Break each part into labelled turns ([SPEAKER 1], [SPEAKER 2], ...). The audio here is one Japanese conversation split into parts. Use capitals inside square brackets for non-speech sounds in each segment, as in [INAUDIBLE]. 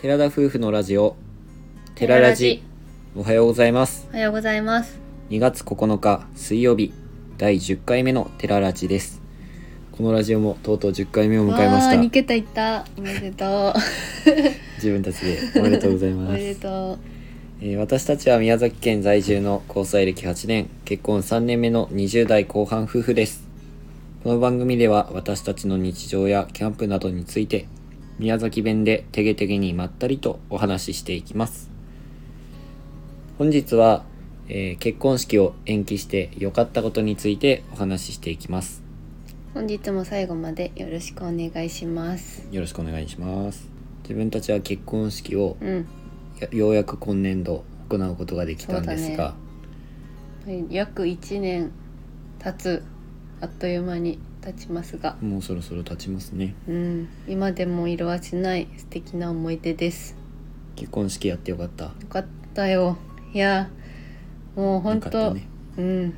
[SPEAKER 1] 寺田夫婦のラジオ寺ラジおはようございます
[SPEAKER 2] おはようございます
[SPEAKER 1] 2月9日水曜日第10回目の寺ラジですこのラジオもとうとう10回目を迎えま
[SPEAKER 2] わあ二
[SPEAKER 1] した
[SPEAKER 2] 桁いったおめでと
[SPEAKER 1] 自分たちで [LAUGHS] おめでとうございう
[SPEAKER 2] お
[SPEAKER 1] ます
[SPEAKER 2] めでとう
[SPEAKER 1] えー私たちは宮崎県在住の交際歴8年結婚3年目の20代後半夫婦ですこの番組では私たちの日常やキャンプなどについて宮崎弁でてげてげにまったりとお話ししていきます本日は、えー結婚式を延期して良かったことについてお話ししていきます
[SPEAKER 2] 本日も最後までよろしくお願いします
[SPEAKER 1] よろしくお願いします自分たちは結婚式を
[SPEAKER 2] うん
[SPEAKER 1] やようやく今年度行うことができたんです
[SPEAKER 2] そうだ
[SPEAKER 1] が
[SPEAKER 2] ね、約一年経つあっという間に経ちますが
[SPEAKER 1] もうそろそろ経ちますね
[SPEAKER 2] うん今でも色あせない素敵な思い出です
[SPEAKER 1] 結婚式やってよかった。
[SPEAKER 2] よかったよいやもう本
[SPEAKER 1] よかっ
[SPEAKER 2] 当、
[SPEAKER 1] たね
[SPEAKER 2] うん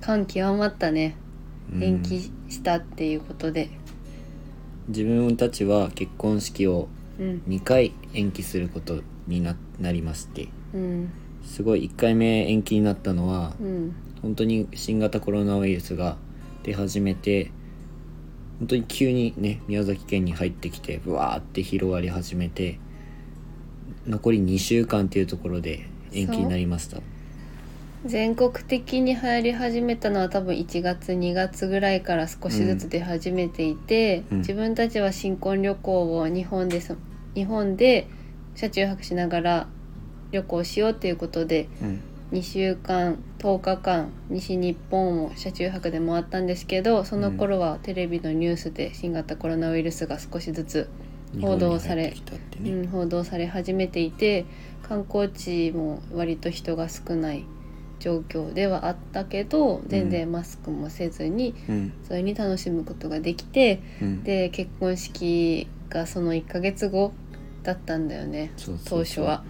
[SPEAKER 2] 感極まったね
[SPEAKER 1] うん
[SPEAKER 2] 延期したっていうことで
[SPEAKER 1] 自分たちは結婚式を
[SPEAKER 2] うん
[SPEAKER 1] 2回延期することにななりまして
[SPEAKER 2] うん
[SPEAKER 1] すごい1回目延期になったのは
[SPEAKER 2] うん
[SPEAKER 1] 本当に新型コロナウイルスが出始めて本当に急にね宮崎県に入ってきてブワーって広がり始めて残り2週間っていうところで延期になりました
[SPEAKER 2] 全国的に流行り始めたのは多分1月2月ぐらいから少しずつ出始めていて、
[SPEAKER 1] うん
[SPEAKER 2] 自分たちは新婚旅行を日本です日本で車中泊しながら旅行しようということで
[SPEAKER 1] うん
[SPEAKER 2] 2週間10日間西日本を車中泊で回ったんですけどその頃はテレビのニュースで新型コロナウイルスが少しずつ、報道され
[SPEAKER 1] 日本に入ってきたって
[SPEAKER 2] う
[SPEAKER 1] ね、
[SPEAKER 2] ん、報道され始めていて観光地も割と人が少ない状況ではあったけど全然マスクもせずに
[SPEAKER 1] うん
[SPEAKER 2] それに楽しむことができて
[SPEAKER 1] うん
[SPEAKER 2] で結婚式がその1ヶ月後だったんだよね
[SPEAKER 1] そうそうそう
[SPEAKER 2] 当初は。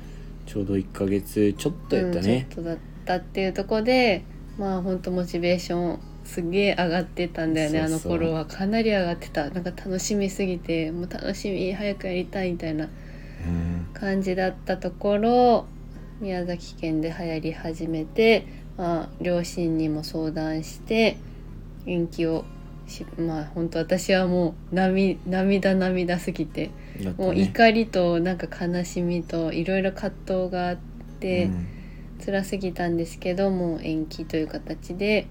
[SPEAKER 1] ちょうど1ヶ月ちょっとやったね
[SPEAKER 2] うん、ちょっとだったっていうところでまあほんとモチベーションすげえ上がってたんだよね
[SPEAKER 1] そうそう
[SPEAKER 2] あの頃はかなり上がってたなんか楽しみすぎてもう楽しみ早くやりたいみたいな
[SPEAKER 1] うん
[SPEAKER 2] 感じだったところ宮崎県で流行り始めて、まあ、両親にも相談して延期をしまあ本当私はもう涙涙涙すぎて
[SPEAKER 1] やったね
[SPEAKER 2] もう怒りとなんか悲しみといろいろ葛藤があって。
[SPEAKER 1] うん
[SPEAKER 2] 辛すぎたんですけどもう延期という形で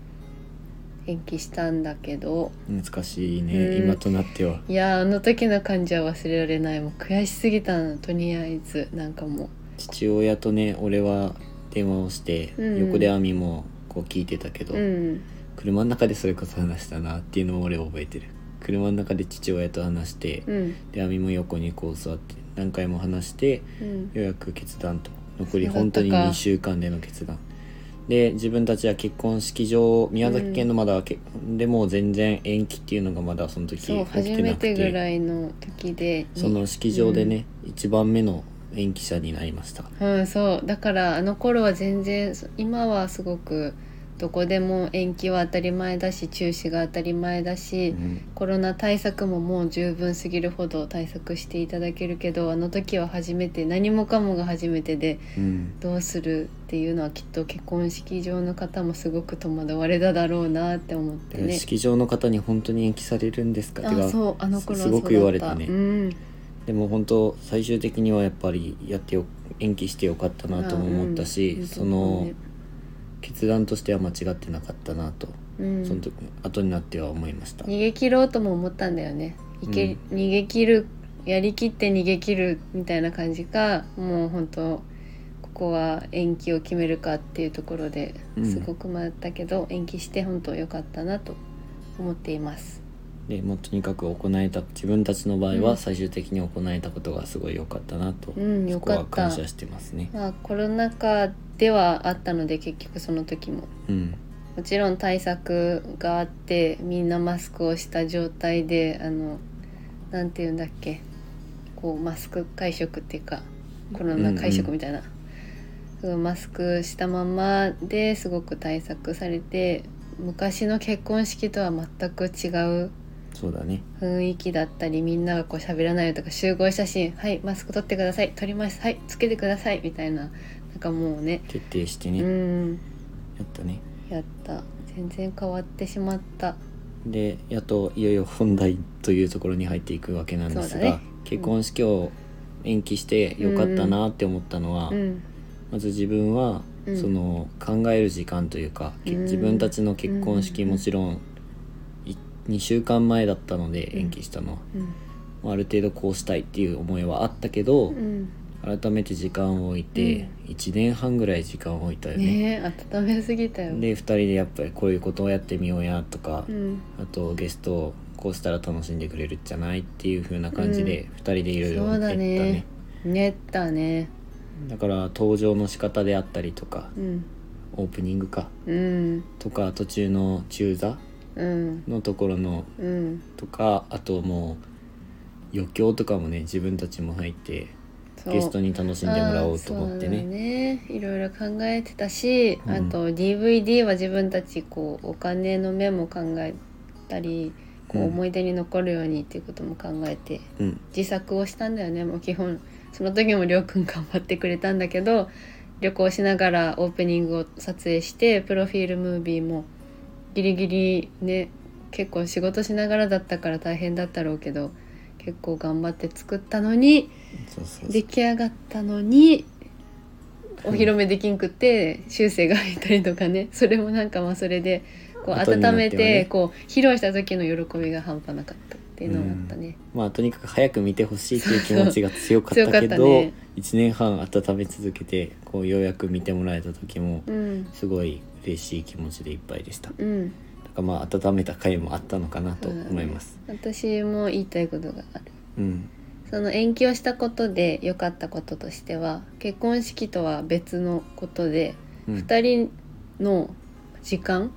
[SPEAKER 2] 延期したんだけど
[SPEAKER 1] 懐かしいね、
[SPEAKER 2] うん
[SPEAKER 1] 今となってはい
[SPEAKER 2] やーあの時の感じは忘れられないもう悔しすぎたのとりあえずなんかも
[SPEAKER 1] 父親とね俺は電話をして、
[SPEAKER 2] うん
[SPEAKER 1] 横で亜美もこう聞いてたけど、
[SPEAKER 2] ううん
[SPEAKER 1] 車の中でそれこそ話したなっていうのを俺は覚えてる車の中で父親と話して、
[SPEAKER 2] うん
[SPEAKER 1] で亜美も横にこう座って何回も話して
[SPEAKER 2] うん
[SPEAKER 1] ようやく決断と残り
[SPEAKER 2] そうだったか
[SPEAKER 1] 本当に2週間での決断で自分たちは結婚式場宮崎県のまだ、けでもう全然延期っていうのがまだその時起
[SPEAKER 2] そう
[SPEAKER 1] き
[SPEAKER 2] 初
[SPEAKER 1] てな
[SPEAKER 2] め
[SPEAKER 1] く
[SPEAKER 2] て
[SPEAKER 1] て
[SPEAKER 2] ぐらいの時で
[SPEAKER 1] その式場でね、一番目の延期者になりました
[SPEAKER 2] うんそうだからあの頃は全然今はすごくどこでも延期は当たり前だし中止が当たり前だし、
[SPEAKER 1] うん
[SPEAKER 2] コロナ対策ももう十分すぎるほど対策していただけるけどあの時は初めて何もかもが初めてで
[SPEAKER 1] うん
[SPEAKER 2] どうするっていうのはきっと結婚式場の方もすごく戸惑われただろうなって思ってね。
[SPEAKER 1] 式場の方に本当に延期されるんですかて
[SPEAKER 2] あ
[SPEAKER 1] か
[SPEAKER 2] そうあの頃は
[SPEAKER 1] す
[SPEAKER 2] そうだ
[SPEAKER 1] ご
[SPEAKER 2] った
[SPEAKER 1] く言われたね
[SPEAKER 2] うん、
[SPEAKER 1] でも本当最終的にはやっぱりやってよ延期してよかったなとも思ったし、
[SPEAKER 2] うんうん
[SPEAKER 1] その決断としては間違ってなかったなと、
[SPEAKER 2] うん
[SPEAKER 1] その時後になっては思いました、
[SPEAKER 2] 逃げ切ろうとも思ったんだよねいけ、逃げ切るやりきって逃げ切るみたいな感じかもう本当ここは延期を決めるかっていうところで
[SPEAKER 1] うん
[SPEAKER 2] すごく迷ったけど、延期して本当良かったなと思っています
[SPEAKER 1] でもうとにかく行えた自分たちの場合
[SPEAKER 2] う
[SPEAKER 1] は
[SPEAKER 2] ん
[SPEAKER 1] 最終的に行えたことがすごい良かったなと、
[SPEAKER 2] うん
[SPEAKER 1] そ
[SPEAKER 2] 良
[SPEAKER 1] こ
[SPEAKER 2] か
[SPEAKER 1] は
[SPEAKER 2] った
[SPEAKER 1] 感謝してますね、
[SPEAKER 2] まあコロナ禍ではあったので結局その時も
[SPEAKER 1] うん
[SPEAKER 2] もちろん対策があってみんなマスクをした状態であのなんていうんだっけこうマスク会食っていうかコロナ会食みたいな、うんマスクしたままですごく対策されて昔の結婚式とは全く違う
[SPEAKER 1] そうだね
[SPEAKER 2] 雰囲気だったりみんながこう喋らないとか集合写真はいマスク取ってください取りますはいつけてくださいみたいななんかもうね
[SPEAKER 1] 徹底して
[SPEAKER 2] う
[SPEAKER 1] ね、や
[SPEAKER 2] ん
[SPEAKER 1] ったね
[SPEAKER 2] やった全然変わってしまった
[SPEAKER 1] でやっといよいよ本題というところに入っていくわけなんです
[SPEAKER 2] そ
[SPEAKER 1] が、
[SPEAKER 2] うだね
[SPEAKER 1] 結婚式を延期してよかったなって思ったのは、
[SPEAKER 2] うん
[SPEAKER 1] まず自分は、
[SPEAKER 2] うん
[SPEAKER 1] その考える時間というか、け
[SPEAKER 2] うん
[SPEAKER 1] 自分たちの結婚式
[SPEAKER 2] うん
[SPEAKER 1] もちろんい2週間前だったので
[SPEAKER 2] うん
[SPEAKER 1] 延期したのは、
[SPEAKER 2] うん
[SPEAKER 1] まあある程度こうしたいっていう思いはあったけど、
[SPEAKER 2] うん
[SPEAKER 1] 改めて時間を置いて1年半ぐらい時間を置いたよね。
[SPEAKER 2] ねえ温めすぎたよ
[SPEAKER 1] で2人でやっぱりこういうことをやってみようやとか、
[SPEAKER 2] うん
[SPEAKER 1] あとゲストをこうしたら楽しんでくれるんじゃないっていう風な感じで
[SPEAKER 2] う
[SPEAKER 1] 2人でいろいろや
[SPEAKER 2] そ
[SPEAKER 1] っ
[SPEAKER 2] う
[SPEAKER 1] たね,、
[SPEAKER 2] だね練ったね
[SPEAKER 1] だから登場の仕方であったりとか
[SPEAKER 2] うん
[SPEAKER 1] オープニングか
[SPEAKER 2] うん
[SPEAKER 1] とか途中の中座
[SPEAKER 2] うん
[SPEAKER 1] のところの
[SPEAKER 2] うん
[SPEAKER 1] とかあともう余興とかもね自分たちも入って
[SPEAKER 2] そう
[SPEAKER 1] ゲストに楽しんでもらおうと思って
[SPEAKER 2] あー
[SPEAKER 1] ね
[SPEAKER 2] そうだねいろいろ考えてたし、
[SPEAKER 1] うん
[SPEAKER 2] あと DVD は自分たちこうお金の面も考えたりこう
[SPEAKER 1] うん
[SPEAKER 2] 思い出に残るようにっていうことも考えて
[SPEAKER 1] うん
[SPEAKER 2] 自作をしたんだよねもう基本その時もりょうくん頑張ってくれたんだけど旅行しながらオープニングを撮影してプロフィールムービーもギリギリね結構仕事しながらだったから大変だったろうけど結構頑張って作ったのに。
[SPEAKER 1] そうそうそ
[SPEAKER 2] 出
[SPEAKER 1] う
[SPEAKER 2] 来上がったのにお披露目できんくって修正が入ったりとかねそれもなんかまあそれでこう
[SPEAKER 1] 後
[SPEAKER 2] 温
[SPEAKER 1] になってはね
[SPEAKER 2] めてこう披露した時の喜びが半端なかったっていうのもあったね。
[SPEAKER 1] まあとにかく早く見てほしいっていう気持ちが強かっ
[SPEAKER 2] 強か
[SPEAKER 1] た
[SPEAKER 2] っ
[SPEAKER 1] け
[SPEAKER 2] た
[SPEAKER 1] ど、
[SPEAKER 2] ね。
[SPEAKER 1] 1年半温め続けてこうようやく見てもらえた時も
[SPEAKER 2] うん
[SPEAKER 1] すごい嬉しい気持ちでいっぱいでしただか
[SPEAKER 2] うん、
[SPEAKER 1] らまあ温めた回もあったのかなと思います
[SPEAKER 2] 私も言いたいことがある
[SPEAKER 1] うん
[SPEAKER 2] その延期をしたことで良かったこととしては結婚式とは別のことで
[SPEAKER 1] うん
[SPEAKER 2] 2人の時間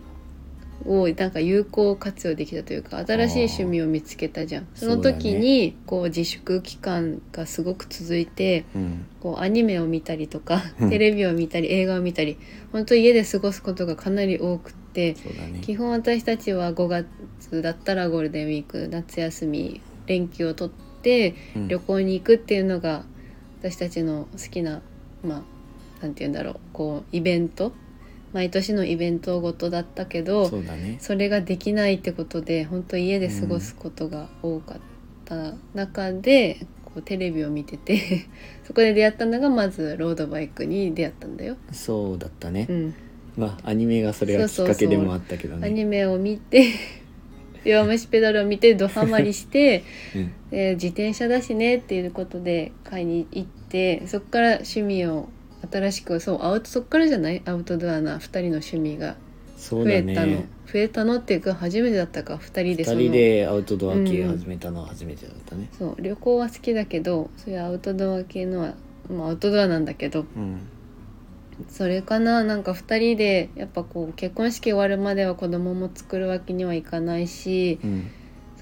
[SPEAKER 2] をなんか有効活用できたというか新しい趣味を見つけたじゃんその時にこう自粛期間がすごく続いて
[SPEAKER 1] うん
[SPEAKER 2] こうアニメを見たりとか
[SPEAKER 1] うん
[SPEAKER 2] テレビを見たり映画を見たり本当家で過ごすことがかなり多くって
[SPEAKER 1] そうだね
[SPEAKER 2] 基本私たちは5月だったらゴールデンウィーク夏休み連休を取って
[SPEAKER 1] うん
[SPEAKER 2] 旅行に行くっていうのが私たちの好きなまあなんて言うんだろうこうイベント毎年のイベントごとだったけど
[SPEAKER 1] そうだね
[SPEAKER 2] それができないってことで本当家で過ごすことが多かった中で、こうテレビを見てて [LAUGHS] そこで出会ったのがまずロードバイクに出会ったんだよ。
[SPEAKER 1] そうだったね
[SPEAKER 2] うん、
[SPEAKER 1] まあアニメがそれがきっかけでもあったけど
[SPEAKER 2] アニ
[SPEAKER 1] ね
[SPEAKER 2] メを
[SPEAKER 1] [LAUGHS]
[SPEAKER 2] 見て弱虫ペダルを見てドハマりして。
[SPEAKER 1] うん
[SPEAKER 2] で自転車だしねっていうことで買いに行ってそこから趣味を新しくそうアウトそこからじゃないアウトドアな2人の趣味が
[SPEAKER 1] そう
[SPEAKER 2] 増
[SPEAKER 1] だ
[SPEAKER 2] えたの、
[SPEAKER 1] ね
[SPEAKER 2] 増えたのっていうか初めてだったか2人
[SPEAKER 1] 2
[SPEAKER 2] でその
[SPEAKER 1] 人でアウトドア系始めたのは初めてだったね
[SPEAKER 2] そう旅行は好きだけどそういうアウトドア系のは、まあ、アウトドアなんだけど
[SPEAKER 1] うん
[SPEAKER 2] それかななんか2人でやっぱこう結婚式終わるまでは子供も作るわけにはいかないし
[SPEAKER 1] うん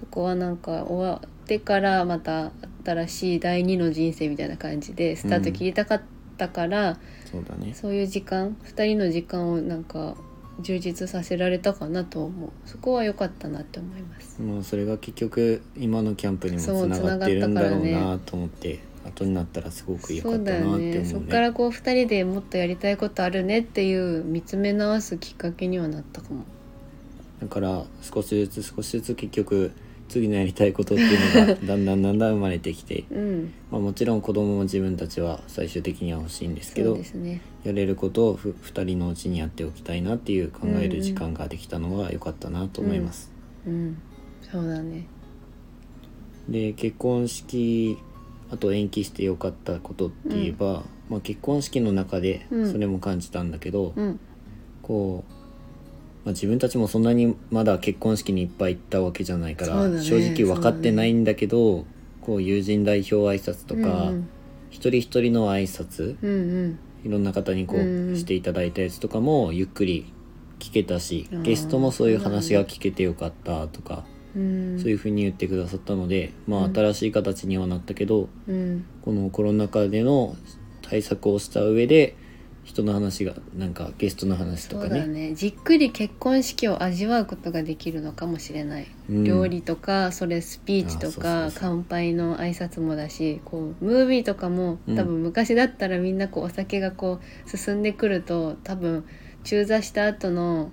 [SPEAKER 2] そこはなんか終わってからまた新しい第二の人生みたいな感じでスタート切りたかったから、
[SPEAKER 1] そうだね
[SPEAKER 2] そういう時間2人の時間をなんか充実させられたかなと思うそこは良かったなって思います。
[SPEAKER 1] もうそれが結局今のキャンプにもつ
[SPEAKER 2] そう
[SPEAKER 1] ながってるんだろう
[SPEAKER 2] 繋がったから
[SPEAKER 1] なと思って後になったらすごく良か
[SPEAKER 2] そ
[SPEAKER 1] ったなっ
[SPEAKER 2] うだ
[SPEAKER 1] て思
[SPEAKER 2] よ
[SPEAKER 1] う
[SPEAKER 2] ねそこ
[SPEAKER 1] ね
[SPEAKER 2] からこう2人でもっとやりたいことあるねっていう見つめ直すきっかけにはなったかも。
[SPEAKER 1] だから少しずつ少しずつ結局次のやりたいことって
[SPEAKER 2] [LAUGHS]
[SPEAKER 1] いうのがだんだんだんだん生まれてきて、
[SPEAKER 2] うん、
[SPEAKER 1] まあ、もちろん子供も自分たちは最終的には欲しいんですけ
[SPEAKER 2] そう
[SPEAKER 1] ど
[SPEAKER 2] ですね。
[SPEAKER 1] やれることをふ2人のうちにやっておきたいなっていう考える時間ができたのは良かったなと思います。
[SPEAKER 2] うん、そうだね。
[SPEAKER 1] で結婚式あと延期して良かったことって言えば、まあ、結婚式の中で
[SPEAKER 2] うん
[SPEAKER 1] それも感じたんだけど、
[SPEAKER 2] うん、
[SPEAKER 1] こう、まあ、自分たちもそんなにまだ結婚式にいっぱい行ったわけじゃないか
[SPEAKER 2] そ
[SPEAKER 1] ら、
[SPEAKER 2] うだね
[SPEAKER 1] 正直分かってないんだけどこう友人代表挨拶とか、
[SPEAKER 2] うん
[SPEAKER 1] 一人一人の挨拶
[SPEAKER 2] うん、うん
[SPEAKER 1] いろんな方にこ
[SPEAKER 2] うんう
[SPEAKER 1] うんしていただいたやつとかもゆっくり聞けたし、
[SPEAKER 2] あー
[SPEAKER 1] ゲストもそういう話が聞けてよかったとか、
[SPEAKER 2] うん、うん
[SPEAKER 1] そういうふうに言ってくださったので、ま
[SPEAKER 2] う
[SPEAKER 1] あ
[SPEAKER 2] ん
[SPEAKER 1] 新しい形にはなったけど、
[SPEAKER 2] うん、
[SPEAKER 1] このコロナ禍での対策をした上で人の話がなんかゲストの話と
[SPEAKER 2] そ
[SPEAKER 1] か
[SPEAKER 2] うだ
[SPEAKER 1] ね
[SPEAKER 2] ねじっくり結婚式を味わうことができるのかもしれない、
[SPEAKER 1] うん
[SPEAKER 2] 料理とかそれスピーチと
[SPEAKER 1] あそうそう
[SPEAKER 2] か
[SPEAKER 1] そう
[SPEAKER 2] 乾杯の挨拶もだしこうムービーとかも
[SPEAKER 1] うん
[SPEAKER 2] 多分昔だったらみんなこうお酒がこう進んでくると多分中座した後の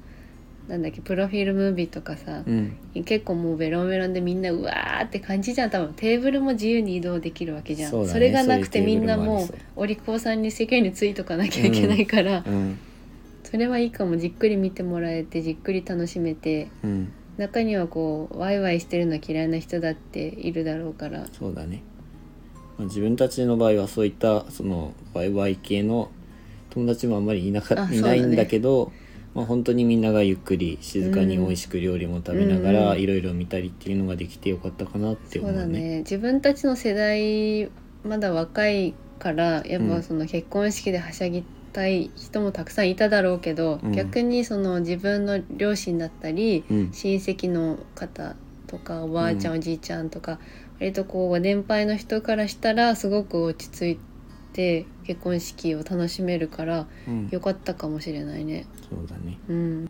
[SPEAKER 2] なんだっけプロフィールムービーとかさ、
[SPEAKER 1] うん
[SPEAKER 2] 結構もうベロンベロンでみんなうわーって感じじゃん多分テーブルも自由に移動できるわけじゃん
[SPEAKER 1] そ,、
[SPEAKER 2] そう
[SPEAKER 1] だね
[SPEAKER 2] れがなくて
[SPEAKER 1] そういう
[SPEAKER 2] み
[SPEAKER 1] テー
[SPEAKER 2] ん
[SPEAKER 1] ブル
[SPEAKER 2] な
[SPEAKER 1] もあり
[SPEAKER 2] も
[SPEAKER 1] そう
[SPEAKER 2] うお利口さんに世間についとかなきゃいけないから、
[SPEAKER 1] うん
[SPEAKER 2] それはいいかもじっくり見てもらえてじっくり楽しめて
[SPEAKER 1] うん
[SPEAKER 2] 中にはこうワイワイしてるの嫌いな人だっているだろうから
[SPEAKER 1] そうだね、まあ、自分たちの場合はそういったそのワイワイ系の友達もあんまりいなか
[SPEAKER 2] あ
[SPEAKER 1] いない
[SPEAKER 2] そうだ
[SPEAKER 1] ん
[SPEAKER 2] ね
[SPEAKER 1] だけど、まあ本当にみんながゆっくり静かに
[SPEAKER 2] うん
[SPEAKER 1] 美味しく料理も食べながら、
[SPEAKER 2] うん
[SPEAKER 1] いろいろ見たりっていうのができてよかったかなって
[SPEAKER 2] そ
[SPEAKER 1] 思う
[SPEAKER 2] うだ
[SPEAKER 1] ね。
[SPEAKER 2] ね自分たちの世代まだ若いからやっ
[SPEAKER 1] うん
[SPEAKER 2] ぱその結婚式ではしゃぎたい人もたくさんいただろうけど、
[SPEAKER 1] うん
[SPEAKER 2] 逆にその自分の両親だったり
[SPEAKER 1] うん
[SPEAKER 2] 親戚の方とかおばあちゃん、
[SPEAKER 1] う
[SPEAKER 2] おじいちゃんとか割とこうご年配の人からしたらすごく落ち着いて結婚式を楽しめるから
[SPEAKER 1] うん
[SPEAKER 2] 良かったかもしれないね。
[SPEAKER 1] そうだね
[SPEAKER 2] うん。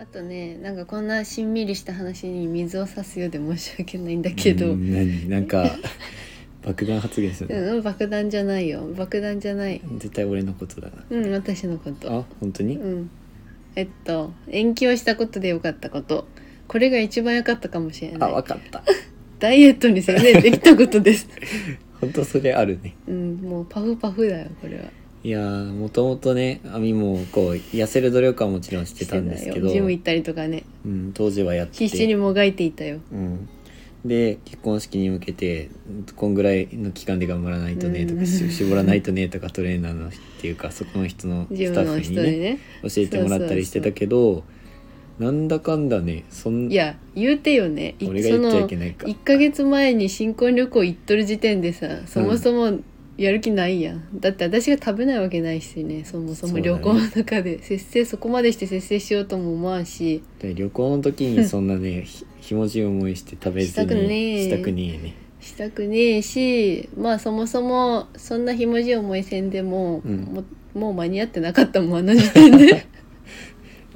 [SPEAKER 2] あとね、なんかこんなしんみりした話に水を差すようで申し訳ないんだけど、
[SPEAKER 1] う
[SPEAKER 2] うん
[SPEAKER 1] 何なんか [LAUGHS] 爆弾発言するの
[SPEAKER 2] ん、爆弾じゃないよ、爆弾じゃない。
[SPEAKER 1] 絶対俺のことだな
[SPEAKER 2] うん、私のこと。
[SPEAKER 1] あ本当に、
[SPEAKER 2] うん。えっと、延期をしたことで良かったこと。これが一番良かったかもしれ
[SPEAKER 1] あ
[SPEAKER 2] ない
[SPEAKER 1] わ。かった
[SPEAKER 2] ダイエットに専念できたこ
[SPEAKER 1] [LAUGHS]
[SPEAKER 2] とです。
[SPEAKER 1] 本当それあるね
[SPEAKER 2] うん、もうパフパフだよ、これは。
[SPEAKER 1] いやーもともとね亜美もこう痩せる努力はもちろんしてたんですけ
[SPEAKER 2] して
[SPEAKER 1] ど
[SPEAKER 2] たよジム行ったりとかね、
[SPEAKER 1] うん、当時はやって
[SPEAKER 2] 必死にもがいていたよ。
[SPEAKER 1] うん、で結婚式に向けてこんぐらいの期間で頑張らないとねとか、
[SPEAKER 2] うん
[SPEAKER 1] し絞らないとねとかトレーナーの人っていうかそこの人の
[SPEAKER 2] ジ
[SPEAKER 1] ス
[SPEAKER 2] ム
[SPEAKER 1] タッフ
[SPEAKER 2] の
[SPEAKER 1] に
[SPEAKER 2] 人
[SPEAKER 1] ね
[SPEAKER 2] にね。
[SPEAKER 1] 教えてもらったりしてたけどなんだかんだねそん
[SPEAKER 2] いや、言うてよね。い
[SPEAKER 1] 俺が言っちゃい
[SPEAKER 2] その
[SPEAKER 1] けないか
[SPEAKER 2] 1ヶ月前に新婚旅行行っとる時点でさそもそもやる気ないやん、だって私が食べないわけないしねそもそ
[SPEAKER 1] そ
[SPEAKER 2] も
[SPEAKER 1] うだ
[SPEAKER 2] 旅
[SPEAKER 1] ね
[SPEAKER 2] 行の中で節制そこまでして節制しようとも思わんし
[SPEAKER 1] で旅行の時にそんなねひひもじい思いして食べず
[SPEAKER 2] したくね
[SPEAKER 1] に
[SPEAKER 2] え
[SPEAKER 1] したくねえね
[SPEAKER 2] したくねえしまあそもそもそんなひもじい思いせんでも、
[SPEAKER 1] うん
[SPEAKER 2] ももう間に合ってなかったもんあの時点で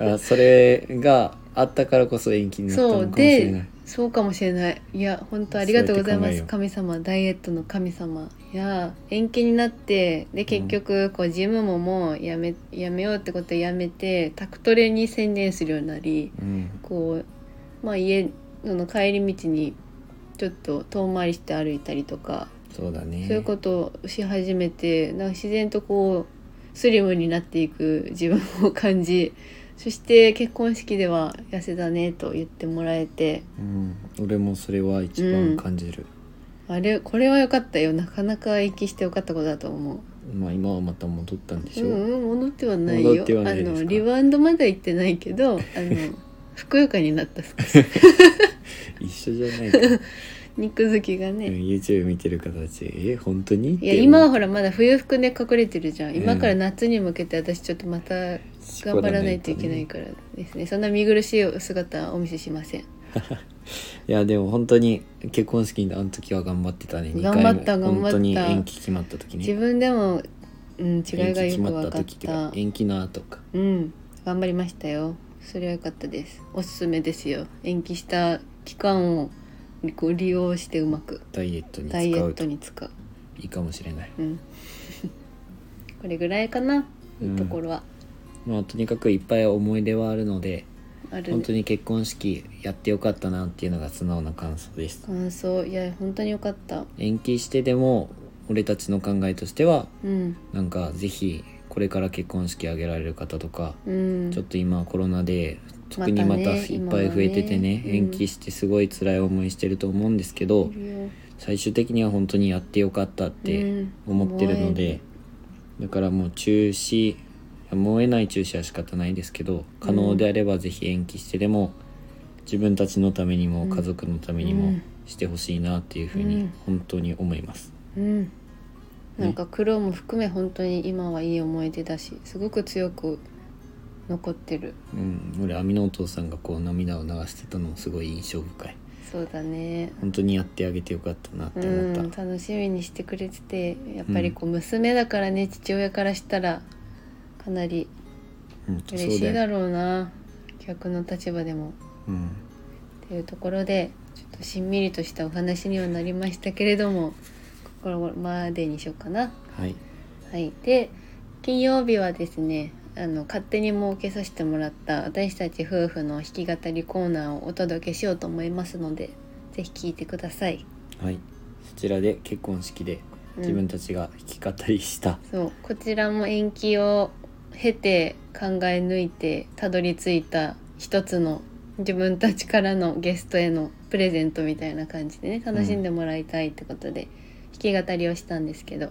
[SPEAKER 1] あそれがあったからこそ延期になったのか
[SPEAKER 2] そう
[SPEAKER 1] もしれない
[SPEAKER 2] でそうかもしれないいや本当ありがとうございま
[SPEAKER 1] そうや
[SPEAKER 2] す
[SPEAKER 1] って
[SPEAKER 2] 神様ダイエットの神様いや延期になってで結局こうジムももうやめやめようってことでやめてタクトレに専念するようになり
[SPEAKER 1] うん
[SPEAKER 2] こう、まあ、家その帰り道にちょっと遠回りして歩いたりとか、
[SPEAKER 1] そうだね
[SPEAKER 2] そういうことをし始めてなんか自然とこうスリムになっていく自分を感じそして結婚式では「痩せたね」と言ってもらえて。
[SPEAKER 1] うん、俺もそれは一番感じる、
[SPEAKER 2] あれこれは良かったよなかなか延期して良かったことだと思う
[SPEAKER 1] まあ今はまた戻ったんでし
[SPEAKER 2] う
[SPEAKER 1] ょ、
[SPEAKER 2] んうん戻ってはない
[SPEAKER 1] 戻
[SPEAKER 2] よ
[SPEAKER 1] ってはない
[SPEAKER 2] あ
[SPEAKER 1] ですか
[SPEAKER 2] のリバウンドまでは行ってないけ
[SPEAKER 1] [LAUGHS]
[SPEAKER 2] どあのふくよかになった少し
[SPEAKER 1] 一緒じゃないか、
[SPEAKER 2] [LAUGHS]
[SPEAKER 1] うん
[SPEAKER 2] 肉好きがね、
[SPEAKER 1] YouTube 見てる方たちえ本当に
[SPEAKER 2] いや今は
[SPEAKER 1] っ
[SPEAKER 2] ほらまだ冬服で隠れてるじゃん今から
[SPEAKER 1] うん
[SPEAKER 2] 夏に向けて私ちょっとまた
[SPEAKER 1] て
[SPEAKER 2] 頑張らないといけないい
[SPEAKER 1] ね
[SPEAKER 2] からですねそんな見苦しいお姿はお見せしません
[SPEAKER 1] いやでも本当に結婚式のあの時は頑張ってたね
[SPEAKER 2] 頑張った
[SPEAKER 1] 二回も
[SPEAKER 2] 頑張
[SPEAKER 1] 本
[SPEAKER 2] った
[SPEAKER 1] 当に延期決まった時
[SPEAKER 2] 自
[SPEAKER 1] ね
[SPEAKER 2] 分でも、うん、違いがよ
[SPEAKER 1] 延期決
[SPEAKER 2] く
[SPEAKER 1] ま
[SPEAKER 2] 分
[SPEAKER 1] った
[SPEAKER 2] かっ
[SPEAKER 1] 時っていう
[SPEAKER 2] た
[SPEAKER 1] か延期の後か
[SPEAKER 2] うん、頑張りましたよ。それは良かったです。おすすめですよ。延期した期間をこう利用してうまく
[SPEAKER 1] ダイエットに
[SPEAKER 2] ダイエ
[SPEAKER 1] 使
[SPEAKER 2] ッ
[SPEAKER 1] うと
[SPEAKER 2] トに使う。
[SPEAKER 1] いいかもしれない
[SPEAKER 2] うん。 [LAUGHS] これぐらいかな。いいところは
[SPEAKER 1] まあとにかくいっぱい思い出はあるので
[SPEAKER 2] ある、ね
[SPEAKER 1] 本当に結婚式やってよかったなっていうのが素直な感想です
[SPEAKER 2] 感想いや本当に良かった。
[SPEAKER 1] 延期してでも俺たちの考えとしては
[SPEAKER 2] うん
[SPEAKER 1] なんかぜひこれから結婚式挙げられる方とか、
[SPEAKER 2] うん。
[SPEAKER 1] ちょっと今コロナで特にま
[SPEAKER 2] ま
[SPEAKER 1] た
[SPEAKER 2] たね
[SPEAKER 1] いっぱい増えててね
[SPEAKER 2] 今はね
[SPEAKER 1] 延期してすごい辛い思いしてると思うんですけど、
[SPEAKER 2] いるよ
[SPEAKER 1] 最終的には本当にやってよかったって
[SPEAKER 2] うん
[SPEAKER 1] 思ってるので、だからもう中止燃えない中止は仕方ないですけど可能であればぜひ延期してでも自分たちのためにも
[SPEAKER 2] うん
[SPEAKER 1] 家族のために
[SPEAKER 2] う
[SPEAKER 1] も
[SPEAKER 2] ん
[SPEAKER 1] してほしいなっていうふう
[SPEAKER 2] う
[SPEAKER 1] に
[SPEAKER 2] ん
[SPEAKER 1] 本当に思います。
[SPEAKER 2] うん。なんか苦労も含め本当に今はいい思い出だし、すごく強く残ってる。
[SPEAKER 1] うん、俺アミのお父さんがこう涙を流してたのもすごい印象深い
[SPEAKER 2] そうだね。
[SPEAKER 1] 本当にやってあげてよかったなって
[SPEAKER 2] う
[SPEAKER 1] 思った、
[SPEAKER 2] ん、楽しみにしてくれててやっぱりこう娘だからね、父親からしたらかなり
[SPEAKER 1] うんと
[SPEAKER 2] 嬉しいだ
[SPEAKER 1] よ
[SPEAKER 2] ろうな客の立場でも
[SPEAKER 1] うん
[SPEAKER 2] っていうところでちょっとしんみりとしたお話にはなりましたけれどもここまでにしようかな。
[SPEAKER 1] はい
[SPEAKER 2] はい、で金曜日はですねあの勝手に設けさせてもらった私たち夫婦の弾き語りコーナーをお届けしようと思いますのでぜひ聞いてください。
[SPEAKER 1] はいそちらで結婚式で
[SPEAKER 2] うん
[SPEAKER 1] 自分たちが弾き語りした、
[SPEAKER 2] そうこちらも延期を経て考え抜いてたどり着いた一つの自分たちからのゲストへのプレゼントみたいな感じでね楽しんでもらいたいってことで弾き語りをしたんですけど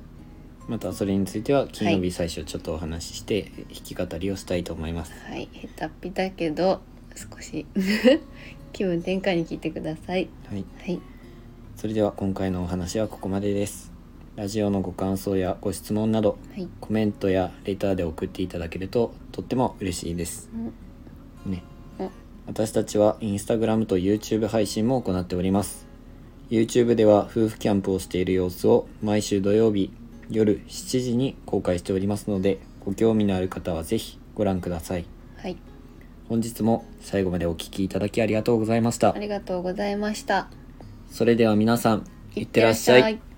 [SPEAKER 1] またそれについては金曜
[SPEAKER 2] は
[SPEAKER 1] 日最初ちょっとお話しして弾き語りをしたいと思います、
[SPEAKER 2] はい下手っぴだけど少し [LAUGHS] 気分転換に聞いてください。
[SPEAKER 1] はい
[SPEAKER 2] はい、
[SPEAKER 1] それでは今回のお話はここまでですラジオのご感想やご質問など
[SPEAKER 2] はい
[SPEAKER 1] コメントやレターで送っていただけるととっても嬉しいです
[SPEAKER 2] うん
[SPEAKER 1] ね
[SPEAKER 2] うん
[SPEAKER 1] 私たちはインスタグラムと YouTube 配信も行っております YouTube では夫婦キャンプをしている様子を毎週土曜日夜7時に公開しておりますのでご興味のある方はぜひご覧ください
[SPEAKER 2] はい、
[SPEAKER 1] 本日も最後までお聴きいただきありがとうございました
[SPEAKER 2] ありがとうございました。
[SPEAKER 1] それでは皆さんいってらっし
[SPEAKER 2] い
[SPEAKER 1] ゃ
[SPEAKER 2] ってらっ
[SPEAKER 1] い
[SPEAKER 2] しゃい